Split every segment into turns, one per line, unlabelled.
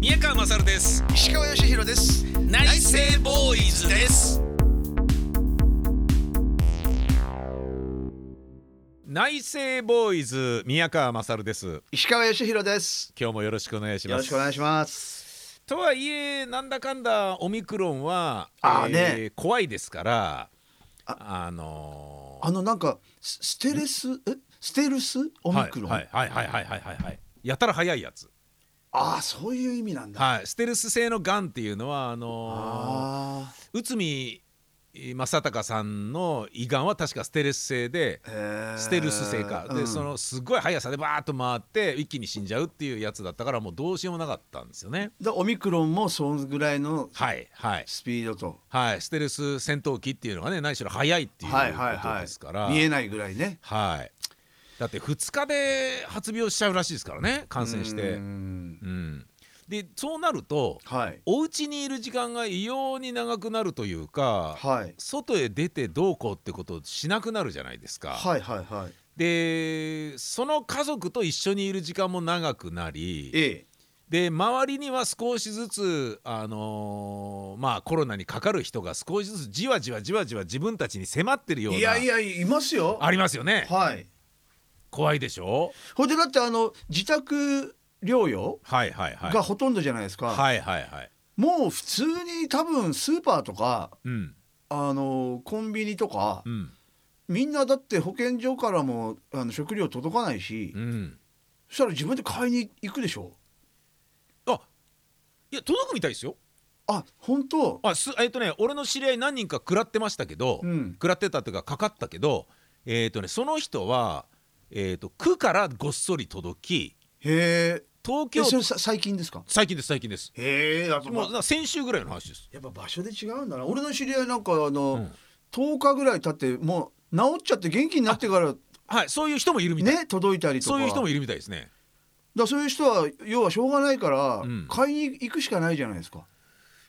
宮川勝です
石川義弘です
内政ボーイズです内政ボーイズ宮川勝です
石川義弘です
今日もよろしくお願いし
よ
ま
ろ
す
しくお願いします
とはいえなんだかんだオミクロンは
あーね
ー怖いですからあのー
あのなんかスステレスえステルスオミクロン、
はいはいはいはいはいはいはいやたら早いやつ
ああそういう意味なんだ、
はいステルス性のがんっていうのはあの
あ
ー内海正隆さんの胃がんは確かステルス性で
あへえ
ステルス性か、
う
で
ん
そのすごい速さでバーッと回って一気に死んじゃうっていうやつだったからもうどうしようもなかったんですよね
だオミクロンもそのぐらいの
はいはい
スピードと、
はいステルス戦闘機っていうのがね何しろ速いっていうこ
はいはい
と
は
ですから、
い見えないぐらいね
はい。だって2日で発病しちゃうらしいですからね感染して。
う
うん
ん
でそうなると
はい
お家にいる時間が異様に長くなるというか、
はい
外へ出てどうこうってことをしなくなるじゃないですか。
はいはいはい
でその家族と一緒にいる時間も長くなり
ええ
で周りには少しずつ、あのーまあ、コロナにかかる人が少しずつじわじわじわじわ自分たちに迫ってるようない
やいやいますよ
ありますよね。
はい
怖いでしょ
ほいでだってあの自宅療養
はいはいはい。
がほとんどじゃないですか、
はいはいはい。
もう普通に多分スーパーとか
うん
あのコンビニとか
うん
みんなだって保健所からもあの食料届かないし、
うん。
そしたら自分で買いに行くでしょ
あ、いや届くみたいですよ。
あ本当
あ、すえっとね、俺の知り合い何人か食らってましたけど、
うん
食らってたというかかかったけど、えっ、とねその人はえっ、と区からごっそり届き、
へえ
東
え
京
それさ最近ですか
最近です最近です。
へえだと
もうな先週ぐらいの話です。
やっぱ場所で違うんだな俺の知り合いなんかあの、
うん
10日ぐらい経ってもう治っちゃって元気になってから
はい、そういう人もいるみたい。
ね届いたりとか
そういう人も
だか
いるみたいですね。
らそういう人は要はしょうがないから、
うん
買いに行くしかないじゃないですか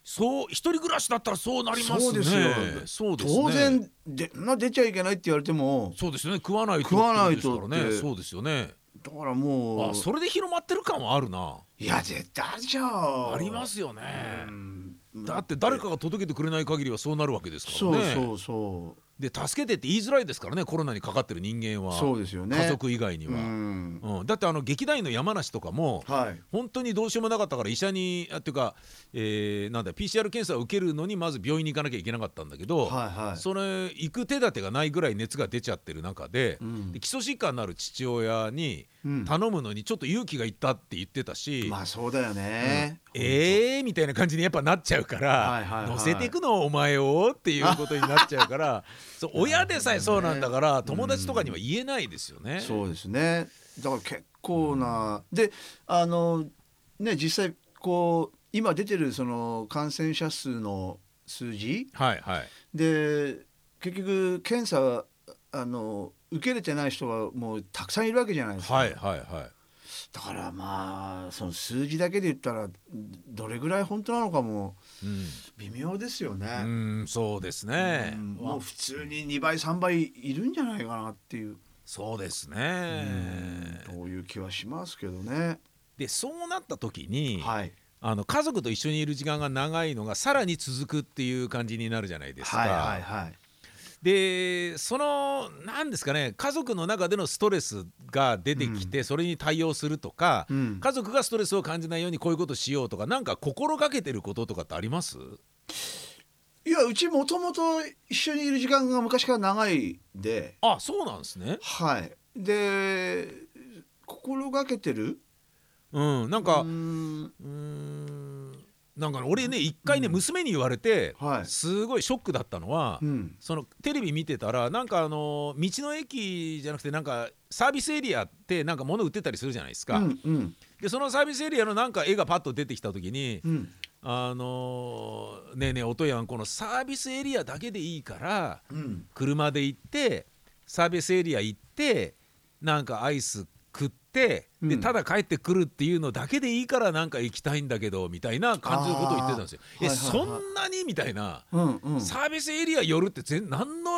そう一人暮らしだったらそうなりますね。
そうですよ
そうですね。
当然でな出ちゃいけないって言われても
そうですよね。食わないと
食わないと
ってことですからね
って
そうですよね。
だからも
あ、
う
それで広まってる感はあるな。
いや絶対あるじゃん、
ありますすよね。
うん
だって誰かが届けてくれない限りはそうなるわけですか
そ
ら
う
ね。
そうそう
で助けてって言いづらいですからねコロナにかかってる人間は
そうですよね
家族以外に
う
は、うん
ん
だってあの劇団員の山梨とかも
はい
本当にどうしようもなかったから医者にあっていうか、えーなんだ PCR 検査を受けるのにまず病院に行かなきゃいけなかったんだけど、
はいはい
それ行く手立てがないぐらい熱が出ちゃってる中で,、
うん
で基礎疾患のある父親に
うん
頼むのにちょっと勇気がいったって言ってたし、
まあそうだよね、
えーみたいな感じにやっぱなっちゃうから、
はいはいはい
乗せていくのお前をっていうことになっちゃうから そう親でさえそうなんだから友達とかには言えないですよね。
そうですねだから結構な、であのね実際こう今出てるその感染者数の数字
はいはい
で結局検査あの受けれてない人がもうたくさんいるわけじゃないですか、
はいはいはい
だからまあその数字だけで言ったらどれぐらい本当なのかも
うん
微妙ですよ
う
ね、
ん、そうですね
うん。
わ
もう普通に2倍3倍いるんじゃないかなっていう、
そうですね。
という気はしますけどね、
でそうなった時に、
はい
あの家族と一緒にいる時間が長いのがさらに続くっていう感じになるじゃないですか。
はいはいはい
でその何ですかね家族の中でのストレスが出てきて、それに対応するとか、
うん
家族がストレスを感じないようにこういうことしようとかなんか心がけてることとかってあります
いやうちもともと一緒にいる時間が昔から長いんで
あそうなんですね。
はいで心がけてる
うん、なん
う
か、う
ーん
ーんなんかね俺ね一回ね、娘に言われて、
はい
すごいショックだったのは、
うん
そのテレビ見てたらなんかあの道の駅じゃなくてなんかサービスエリアってなんか物売ってたりするじゃないです
う
か。
んうん
でそのサービスエリアのなんか絵がパッと出てきた時に、
うん
あのーねえねえおとやんこのサービスエリアだけでいいから
うん
車で行ってサービスエリア行ってなんかアイス食って、
う
で
ん
ただ帰ってくるっていうのだけでいいからなんか行きたいんだけどみたいな感じのことを言ってたんですよ。
あー
え、
はいはいは
そ
い
んなにみたいな、
うんうん
サービスエリア寄るって全何の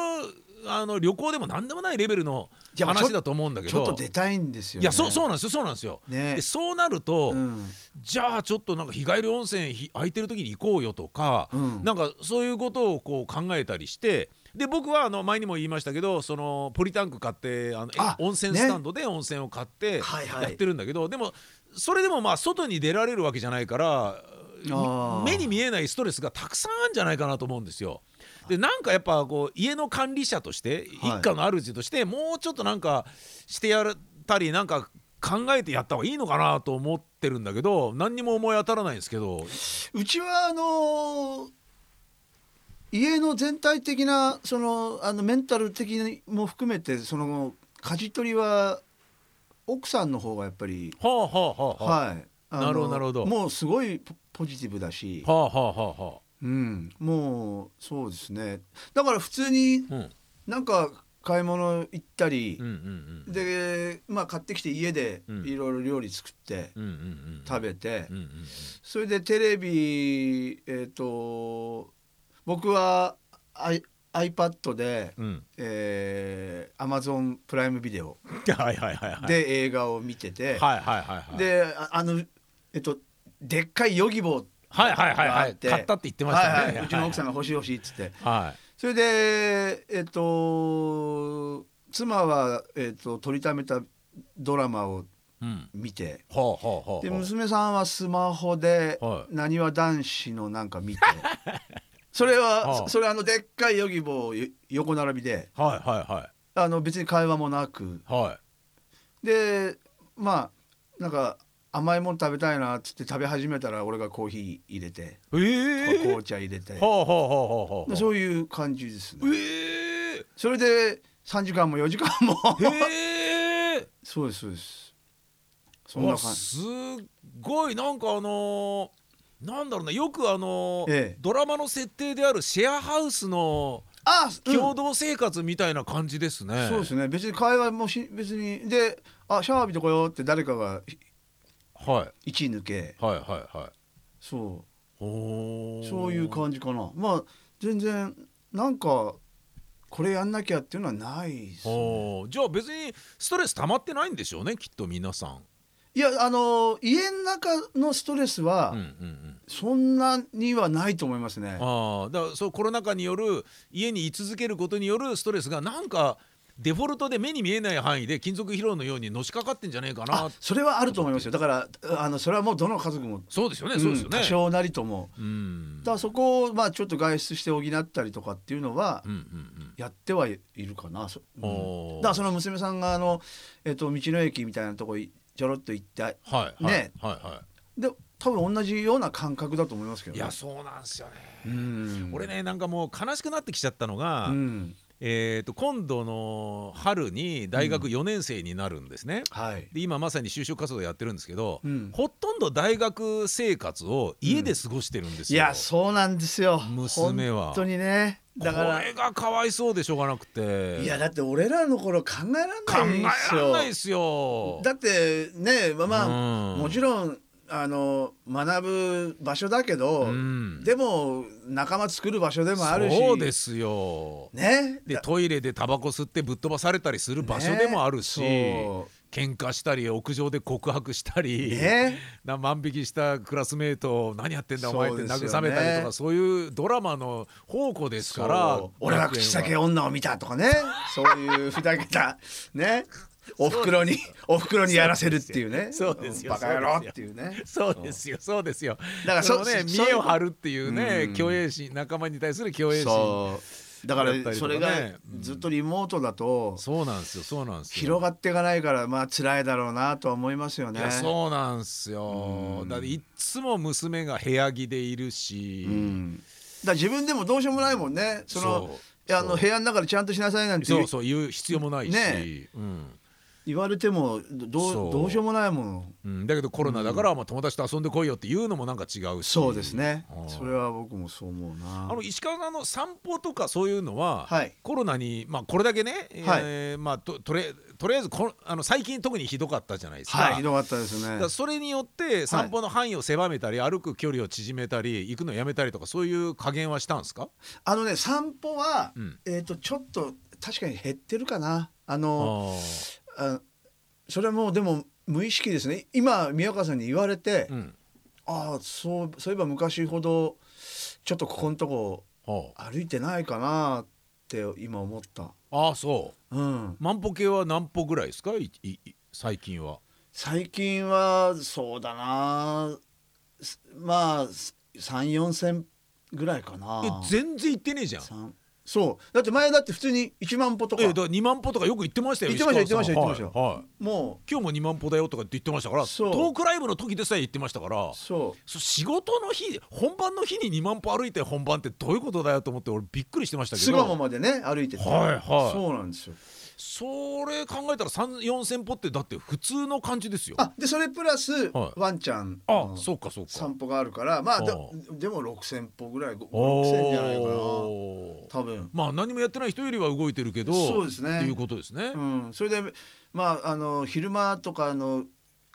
あの旅行でも何でもないレベルの
いやちょ
話だと思うんだけ
ちょ
ど
っと出たいんですよ、ね、
いやそうそうなんですよそうなんですよ。
ね
でそうなると、
うん
じゃあちょっとなんか日帰り温泉ひ空いてる時に行こうよとか、
うん
なんかそういうことをこう考えたりしてで僕はあの前にも言いましたけどそのポリタンク買ってあのえ
あ
温泉スタンドで温泉を買って
はいはい
やってるんだけど、でもそれでもまあ外に出られるわけじゃないから
ー
目に見えないストレスがたくさんあるんじゃないかなと思うんですよ。でなんかやっぱこう家の管理者として
はい
一家の主としてもうちょっとなんかしてやったりなんか考えてやった方がいいのかなと思ってるんだけど何にも思い当たらないんですけど
うちはあのー家の全体的なそのあのメンタル的にも含めてその舵取りは奥さんの方がやっぱり
はあはあはあは
はいあの
なるほどなるほど
もうすごいポポジティブだし
あ、はあはあはあは
うん、もうそうですねだから普通に
あうん
なんか買い物行ったり
うんう、んうん
で、まあ、買ってきて家で
うん
いろいろ料理作って
うんうんうん
食べて、
うんうんうん
それでテレビえっ、と僕は I iPad で、
うん
えー、Amazon プライムビデオ
はいはいはいはい
で映画を見てて、
はいはいはいはい
でああのえっとでっかいヨギボー
はいはいはい
があ
は
っ
い
て
買ったって言ってましたね
はいはいうちの奥さん
ん
が欲しい欲しいっつって
は
それでえっと妻は、えっと、取りためたドラマを
いうん
見て
はあはあはあはあ
で娘さんはスマホで
はい
なにわ男子のなんか見て それは
は
そ
あ
それあのでっかいヨギボーをよ横並びで
はいはいは
あの別に会話もなく
いはい
でまあなんか甘いもん食べたいなっつって食べ始めたら俺がコーヒー入れて
ええ
紅茶入れて
はあはあはあはあはあ
でそういう感じですね
ええ
それで3時間も4時間も
へえ。
そうですそうですそんな
わ
感じ
すっごいなんかあのーなんだろうなよくあのー
ええ
ドラマの設定であるシェアハウスの
あ、うん
共同生活みたいな感じですね。
そうですね別に会話もし別にで「あシャワー浴びてこよう」って誰かが
はい
位置抜け
はいはいはい。
そ
お
う
ー
そういう感じかなまあ全然なんかこれやんなきゃっていうのはないです
おーじゃあ別にストレス溜まってないんでしょうねきっと皆さん。
いやあの家の中のストレス
う
は
んうんうん。
そんなにはないと思いますね、
ああだからそうコロナ禍による家に居続けることによるストレスがなんかデフォルトで目に見えない範囲で金属疲労のようにのしかかってんじゃねえかな
あ
って
それはあると思いますよだからあのそれはもうどの家族も、
そうですよね、
うん
そうですよね。
多少なりとも
うん。
だからそこをまあちょっと外出して補ったりとかっていうのは
うんうん
やってはいるかな、そうん
おー
だからその娘さんがあの、えっと道の駅みたいなとこいちょろっと行って
うん。はい。はい
ね。
はいは
で多分同じような感覚だと思いますけど
い。いや、そうなんですよね。
うん
俺ね、なんかもう悲しくなってきちゃったのが、
うん
えっ、と、今度の春に大学4年生になるんですね。
はい
で今まさに就職活動やってるんですけど、
うん
ほとんど大学生活を家で過ごしてるんで
い
すよ。
やそうなんですよ
娘は
本当にねだか
こ
ら
れがかわいそうでしょうがなくて。
いやだって俺らの頃考えら
考
れ
え
ないです
られ
よ
ないですよ。
だってねまあまあ、
うん
もちろんあの学ぶ場所だけど、
うん
でも仲間作る場所でもあるし
そうですよ。
ね
で
だ
トイレでタバコ吸ってぶっ飛ばされたりする場所でもあるし、
ねそ
喧嘩したり屋上で告白したり、
ね
な万引きしたクラスメートを何やってんだお前って
そうで
慰
すよね
めたりとかそう,、いうドラマの宝庫ですから
そう俺は口先
を
女を見たとかねそういうふざけ たねおふくろにおふくろにやらせるっていうね
そうですよ
バカ野郎っていうね
そうですよそうですよ
だから
そ
そ
のね
そそう
見栄を張るっていうね
うん
虚栄心仲間に対する虚栄心そ
そうだから
やったりと
そ
か
れ
ね
がずっとリモートだと
うなんですよそうなんですよ
広がっていかないからまあ辛いだろうなとは思いますよ
い
ね
やそうなんすよだっていっつも娘が部屋着でいるし、
うんだから自分でもどうしようもないもんねその
そう
いやあの
そう
部屋の中でちゃんとしなさいなんて
そうそう言う必要もないし、
ね
うん、
言われてもど
そうう
どうしようもないもの
うん、だけどコロナだから、まあ、友達と遊んでこいよっていうのもなんか違うし
そうですね
うん
それは僕もそう思うな
あの石川さんの散歩とかそういうのは、
はい
コロナに、まあ、これだけね、えーまあ、ととれとりあえずこあの最近特にひどかったじゃないですか。
はいひどかったです
だ
ね
からそれによって散歩の範囲を狭めたり、歩く距離を縮めたり行くのやめたりとかそういう加減はしたんですか、
あのね散歩は、
うん
えっ、とちょっと確かに減ってるかなあの
あ
あそれはもうでも無意識ですね今宮川さんに言われて、
ーうん
ああそうそういえば昔ほどちょっとここのとこ
は
歩いてないかなって今思った、
ああーそう
うん、
万歩計は何歩ぐらいですかいいい最近は。
最近はそうだなすまあ34千ぐらいかな
え全然行ってねえじゃん。
三そうだって前だって普通に1万歩とか
えだから2万歩とかよく行ってましたよ。
行ってました
石川さん
行ってました行ってました
はいはい
も
今日も2万歩だよとかって言ってましたからト
そう
ークライブの時でさえ言ってましたから
うそう
そ仕事の日本番の日に2万歩歩いて本番ってどういうことだよと思って俺びっくりしてましたけ
巣鴨
ど
までね歩いてて、
はいはい
そうなんですよ
それ考えたら34000歩ってだって普通の感じですよ。
あでそれプラス、
はい
ワンちゃん
あ
の
そうかそうか。
散歩があるからまあだ
あ
でも6,000歩ぐらい
お
5,000じゃないか
ー
な多分、
まあ何もやってない人よりは動いてるけど
そうですね
っていうことですね。
うん、それでまああの昼間とかあの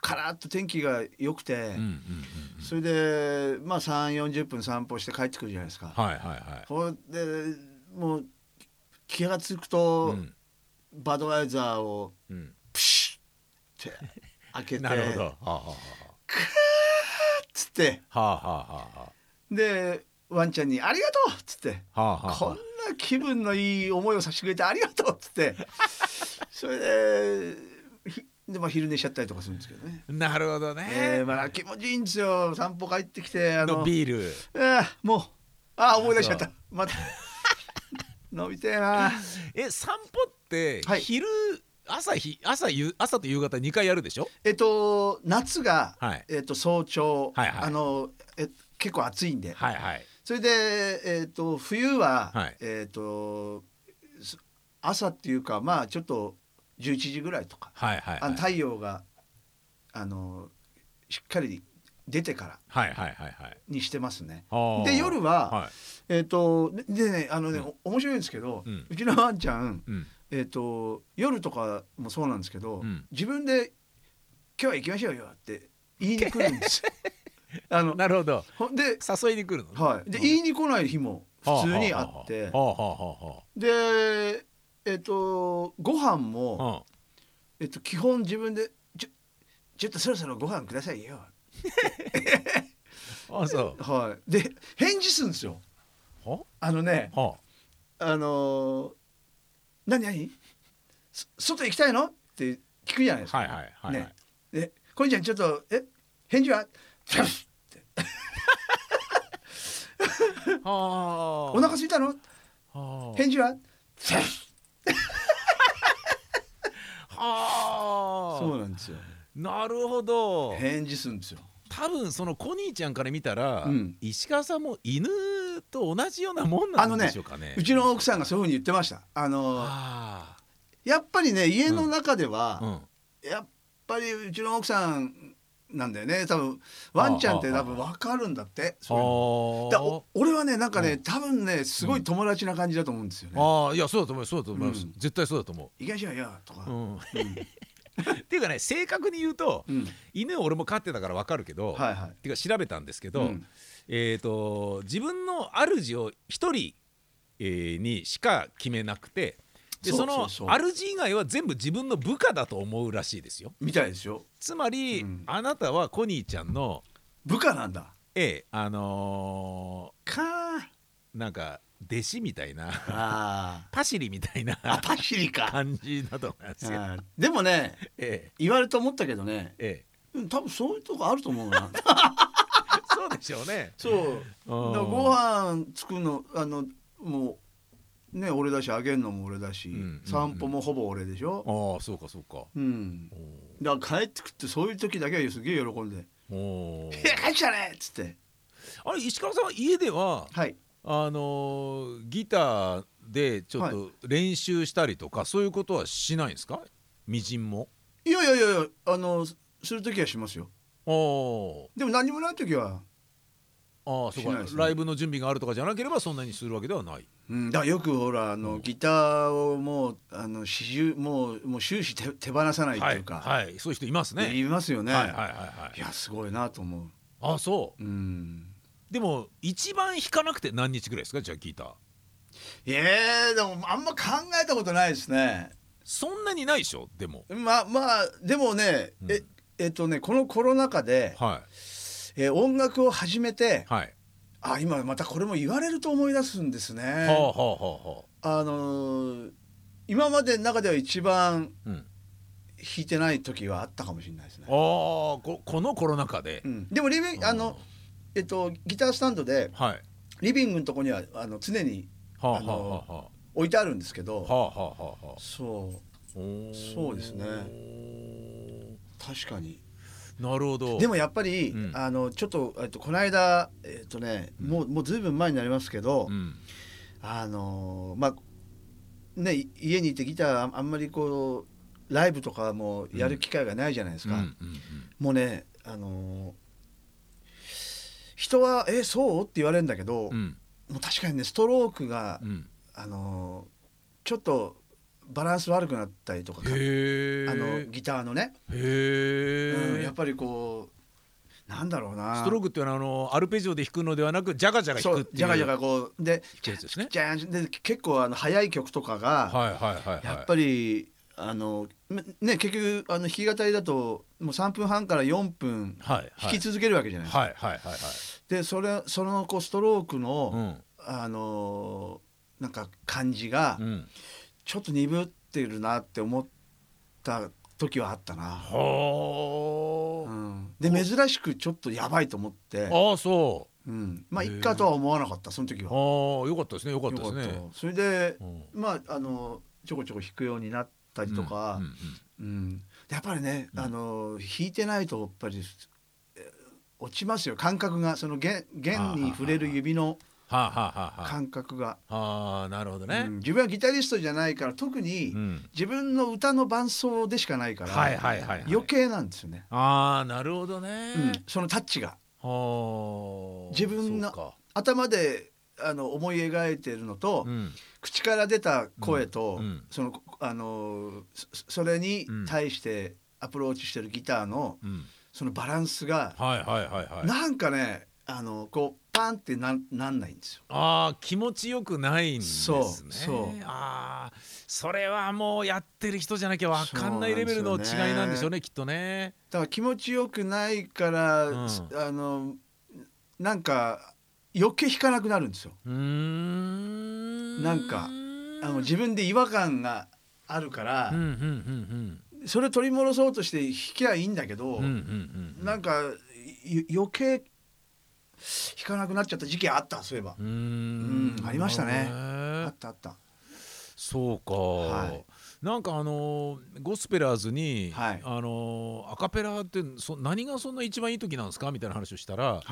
カラッと天気が良くて、
うんうんうん
それでまあ3 4 0分散歩して帰ってくるじゃないですか。
はいはいはい。
ほんでもう気がつく
う
と、
ん
バドワイザーを
うん
プシュッて開け て
なるほど。はあは
つって
あはあはあは
でワンちゃんに「ありがとう!」っつって
あはあはあはあ
こんな気分のいい思いをさせてくれてありがとうっつって それでひで、まあ、昼寝しちゃったりとかするんですけどね、
なるほどね。
えーまあ、気持ちいいんですよ散歩帰ってきてあ
の
の
ビール。
えーもうあー思い出しちゃっ
そ
たまた 飲みてえ な
え散歩って
はい
昼、朝日朝夕朝と夕方2回やるでしょ。
えっと夏が、
はい
えっと、早朝、
はいはい
あのえ結構暑いんで、
はいはい。
それで、えっと冬は、
はい
えっとす朝っていうかまあちょっと11時ぐらいとか。
はいはい、
あ
は
の
い。
太陽があのしっかり出てから
はいはいはいはい
にしてますね。
あー。
で夜は、
はい。
えっ、とででねあのね、
うん
お面白いんですけど、
う
うんちのワンちゃん
うん。
えっ、と夜とかもそうなんですけど、
うん
自分で「今日は行きましょうよ」って言いに来る んですよ。あの
なるほど。
ほんで,、
誘いに来るの。
はい、で
うん
言いに来ない日も普通にあっ
は
て、
あはあはあは
でえっ、とご飯も。
あはあ。
えっと、基本自分で「ちょちょっとそろそろご飯くださいよ
うん。あそ」
はいで返事するんですよ
う。は
あのね
あ。は
あのー「何何そ外行きたいの?」って聞くじゃないです
あ。は
か、
いはいはいはい。
ねで「こんちゃんちょっとえ返事
は
は?」
あ。
お腹空いたの
はあ。
返事は?」
はあ。
そうなんですよ
なるほど。
返事するんですよ
多分そのコニーちゃんから見たら、
うん
石川さんも犬と同じようなもん
あ
な
の
ん
ね
でしょうかね。
うちの奥さんがそういうふうに言ってましたあのー
あ
やっぱりね家の中で
あ
は、
うん、
やっぱりうちの奥さんなんだよね多分ワンちゃんって多分わかるんだってそういうの
あ
だお俺はねなんかね、
うん
多分ねすごい友達な感じだと思うんですよね。
ああいやそうだと思いますそうだと思います、
うん
絶対そうだと思
行きましょうよと
う、う
か。
ん、っ
うん
ていうかね正確に言うと、
うん
犬俺も飼ってたから分かるけど、
はいはい。
っていうか調べたんですけど、
うん
えっ、と自分の主を一人、えーにしか決めなくてでそ
そうそ
の
うそう
主以外は全部自分の部下だと思うらしいですよ
みたいですよ。
つまり、
うん
あなたはコニーちゃんの
部下なんだ。
ええあの
かあ。
ーなんか弟子みたいな
あ
パシリみたいな
ーあ。パシ リか。
感じだと思いますよ。
あーでもね
え
言われて思ったけどね
え、ええ、
うん多分そういうとこあると思 うな。
そうでしょうね。
そう。
うん
だからご飯作るのあのもうね俺だしあげるのも俺だし、
うんうんうん
散歩もほぼ俺でしょ。
ああ、そうかそうか。
うん。
お
だから帰ってくってそういう時だけはすげえ喜んで
ーお
「
ー
え帰っちゃね!」っつって
あれ石川さんは家では
はい
あのーギターでちょっと練習したりとか、そういうことはしないんですか？みじんも。
いやいやいやいやあのする時はしますよ
お
でも何もない時は、
ああそう
しない
か、
ですね
ライブの準備があるとかじゃなければそんなにするわけではない
うん、だからよくほらあのギターをもうあの始終もうもう終始手手放さないっていうか、
はいはい、そういう人いますね
言いますよね、
はいはいはい
い
はい
やすごいなと思
ああそう
ううん
でも一番弾かなくて何日ぐらいですかじゃあギター
いやーでもあんま考えたことないですね
そんなにないでしょでも
まあまあでもね、
うん
ええっとねこのコロナ禍で、
は
えー音楽を始めて
いはい
あ今またこれも言われると思い出すんですね、
はあはあはあは
あのー今までの中では一番
あうん
弾いてない時はあったかもしれないですね
あ、ーここのコロナ禍で
う、ん、でもリビンあのえっとギタースタンドで
はいは
リビングのとこにはあの常に
あはあはあ
あ
は
の
あは
置いてあるんですけど、
あはあはあはあ
そう
おー
そうですね確かに
なるほど
でもやっぱり、
うん
あのちょっと、えっと、この間、えっとね、もうもうずいぶん前になりますけど、
うん
あのーまあねい家にいてギターあんあんまりこうライブとかもやる機会がないじゃないです
うんう
か、
んうん
もうねあのー人は「えそう?」って言われるんだけど、
うん
もう確かにねストロークが、
うん
あのーちょっとバランス悪くなったりとかか
へえ
あのギターのね、うん
へ
や
え
っぱりこうなんだろうな
ストロークっていうのはあのアルペジオで弾くのではなくジャガジャガ
そ
弾くっ
う
ていう
じゃがじゃがこうで
てやつですね
じゃんで結構あの早い曲とかが、
はいはいはいはい
やっぱりあのめね結局あの弾き語りだともう3分半から4分
はい
弾き続けるわけじゃないですか、
はいはいはいはい
でそれそのこうストロークの、
うん
あのーなんか感じが
うん
ちょっと鈍ってるなって思った時はあったな、
は
うん、で珍しくちょっとやばいと思って、
あああそう
うん、まあ
へえ
一回とは思わなかったその時は。
ああよかったですねよかったです
よか
ね
ったそれで
うん
まああのちょこちょこ弾くようになったりとか、
うんうん
うん、やっぱりね、
うん
あの弾いてないとやっぱりえー落ちますよ感覚がその弦弦に触れる指の
はあはあは
感覚が、
あはああなるほどね
うん自分はギタリストじゃないから特に
うん
自分の歌の伴奏でしかないから、
はいはいはいはい
余計なんですよね、
ああなるほどね
うん、そのタッチが
はあ
自分の
そうか
頭であの思い描いてるのと、
うん
口から出た声と、
うんうん
そのあのそそれに対してアプローチしてるギターの
うん
そのバランスが
はいはいはいはい
なんかねあのこうパンってなんなんないんですよ。
ああ気持ちよくないんですね
そうそう
ああそれはもうやってる人じゃなきゃわかんないレベルの違いなんでしょうねきっとね
だから気持ちよくないから、
うん
すあのなんか余計弾かなくなるんですよ。
うーん
なんかあの自分で違和感があるから
うん、うんうん
それを取り戻そうとして弾きゃいいんだけど、
うんうんうんうん
なんかい余計弾かなくなっちゃった時期あったそういえば
う。ん
うんありました
な
ね
るほど
あ
ね
ったあった。
そうか、
はい
なんかあのーゴスペラーズに、
はい
あのーアカペラってそ何がそんな一番いい時なんですかみたいな話をしたら
はい。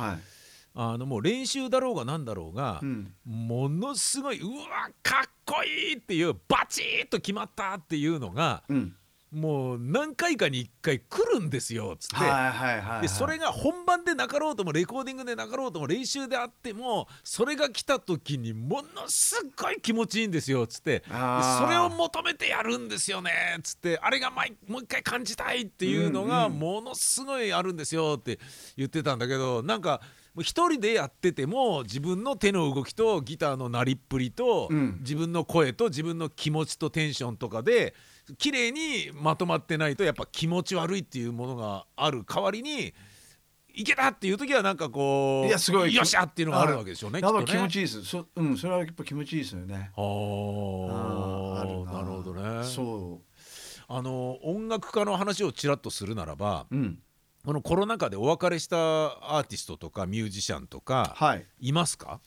あのもう練習だろうが何だろうが、
うん。
ものすごいうわかっこいいっていうバチッと決まったっていうのが
うん。
もう何回かに1回来るんですよつって。
はいはいはい、はい。
でそれが本番でなかろうともレコーディングでなかろうとも練習であってもそれが来た時にものすっごい気持ちいいんですよつってで
あー
それを求めてやるんですよねつってあれが毎もう一回感じたいっていうのが
うんうん
ものすごいあるんですよって言ってたんだけどなんかもう一人でやってても自分の手の動きとギターの鳴りっぷりと
うん
自分の声と自分の気持ちとテンションとかで綺麗にまとまってないとやっぱ気持ち悪いっていうものがある代わりにいけたっていう時はなんかこう
いやすごい
よっしゃっていうのがあるわけでしょうね
やっぱ
きっと
気
ね
持ちいいです。そうんそれはやっぱ気持ちいいですよね。
あーな
あ
る
るな
ほどね
そ
あの音楽家の話をちらっとするならば
う。うん。
このコロナ禍でお別れしたアーティストとかミュージシャンとか
はい。
いますか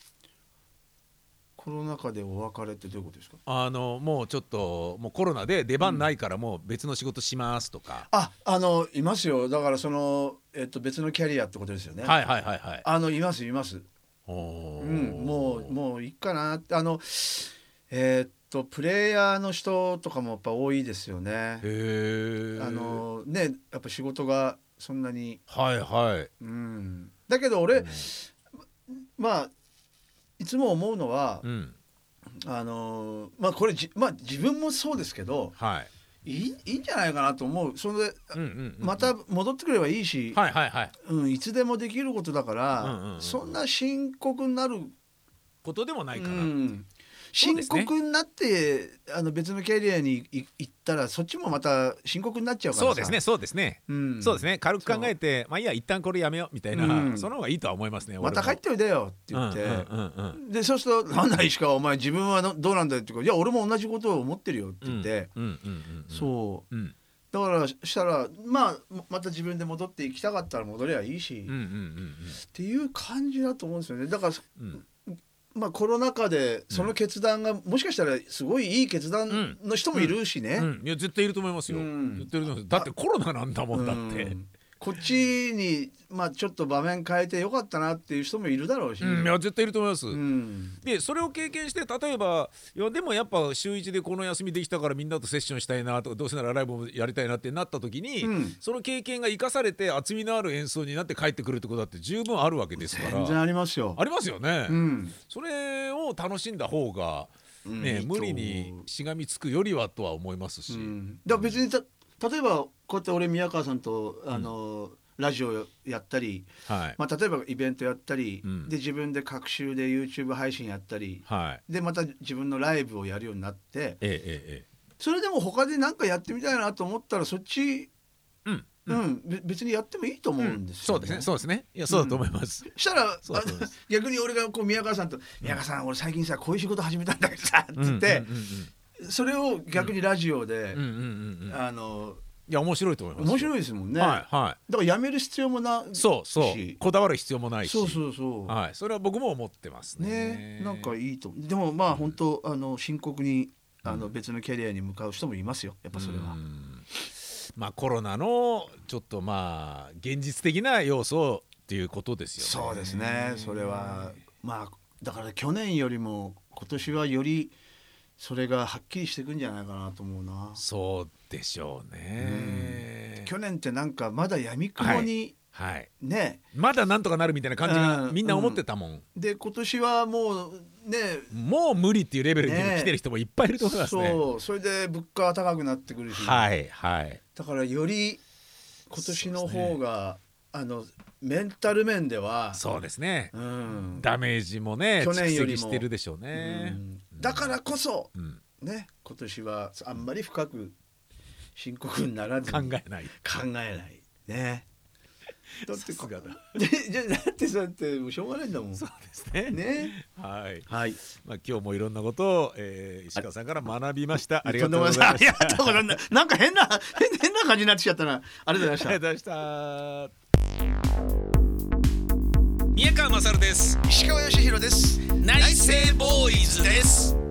コロナ禍でお別れってどういうことですか。
あのもうちょっともうコロナで出番ないからもう別の仕事しますとか、
あ、あのいますよ。だからそのえっと別のキャリアってことですよね。い。
はいはいはいはい
あのいますいます。
お
う
ー
ん。もうもういいかなってあのえーっとプレイヤーの人とかもやっぱ多いですよね。
へえ
あのねやっぱ仕事がそんなに、
はいはい
うん、だけど俺、まあいつも思うのは、
うん
あのまあこれじまあ自分もそうですけど
はい
いいいいんじゃないかなと思うそれで
うんうんうん
また戻ってくればいいし、
はいはいはい
うん、いつでもできることだから、
うんうんうん
そんな深刻になる
ことでもないか
う
な、
ん、
そう
深
ですね
刻になって、あの別のキャリアにい行ったらそっちもまた深刻になっちゃうからさ
そうですね、そうですね、
うん、
そうですね軽く考えてまあいいや一旦これやめようみたいな、
うん
その方がいいとは思いますね
また帰っておいでよって
俺
言
も
って、
うんうんうん
でそうすると「なんだ石川お前自分はのどうなんだよ」って言うから「いや俺も同じことを思ってるよ」って
うん
言って、
うんうんうんうん
そう
うんうん
だからしたらまあもまた自分で戻って行きたかったら戻りゃいいし、
うんう
っ
ん
ていう感じだと思うんですよねだから、
うんうん
まあ、コロナ禍でその決断が、もしかしたらすごいいい決断の人もいるしね、
うんいや絶対いると思いますよ、
うん
絶対いると思いますだってコロナなんだもんだって、
うんこっちに、まあ、ちょっと場面変えてよかったなっていう人もいるだろうし、
うんいや絶対いると思います、
うん
でそれを経験して例えばいやでもやっぱ週1でこの休みできたからみんなとセッションしたいなとかどうせならライブもやりたいなってなった時に、
うん
その経験が生かされて厚みのある演奏になって帰ってくるってことだって十分あるわけですか
全然
ら
ありますよ。
ありますよね、
うん
それを楽しんだ方が、ね
うん
無理にしがみつくよりはとは思いますし、
うんだから別にた例えばこうやって俺宮川さんとあの、ラジオやったり、
はい、
まあ、例えばイベントやったり、
うん
で自分で各週で YouTube 配信やったり
はい
でまた自分のライブをやるようになって
えええ
それでも他で何かやってみたいなと思ったらそっち、
えええうん
うんべ別にやってもいいと思うんです
そ
よ、
うですねそうですねいやそうだと思います、
したらあ
そうだと思います
逆に俺がこう宮川さんと「宮川さん俺最近さこういう仕事始めたんだけどさ」って言って、
うんうん
それを逆にラジオ
うんうんう
で、
んうんうんい
あの
や面白いと思います
面白
い
いですもんね、
はいはい
だからやめる必要もな
そうそう
し
こだわる必要もないし
そうそうそう、
はい、それは僕も思ってますね
ねなんかいいとでもまあ本当、あの深刻にあの別のキャリアに向かう人もいますよやっぱそれは、
うんまあコロナのちょっとまあ現実的な要素っていうことですよね
そうですねそれはまあだから去年よりも今年はよりそれがはっきりしていくんじゃないかなと思うな
そうでしょうね
去年ってなんかまだ闇雲に
はい
ね、
まだなんとかなるみたいな感じが
うん
みんな思ってたもん、
で今年はもうね
もう無理っていうレベルで
ねえ
来てる人もいっぱいいると思いますね
そうそれで物価は高くなってくるし、
はいはい
だからより今年の方が、あのメンタル面では
そうですね、
うん
ダメージもね
去
蓄
年より
積し
も
てるでしょう
う
ね、
んだからこそ
うん
ね今年はあんまり深く深刻にならず
考
に
えない
考えないねだって
さすがだ
で じゃあだってさだってもうしょうがないんだもん
そうですね
ね
はい
はい
まあ、今日もいろんなことを、えー石川さんから学びました。ありがとうござい
とんでもな
ま す。
ありがとうございますなんか変な変な変な感じになってきちゃったなありがとうございま
あ
し
り
た
がとうございました。宮川勝です。
石川義弘です
内政ボーイズです。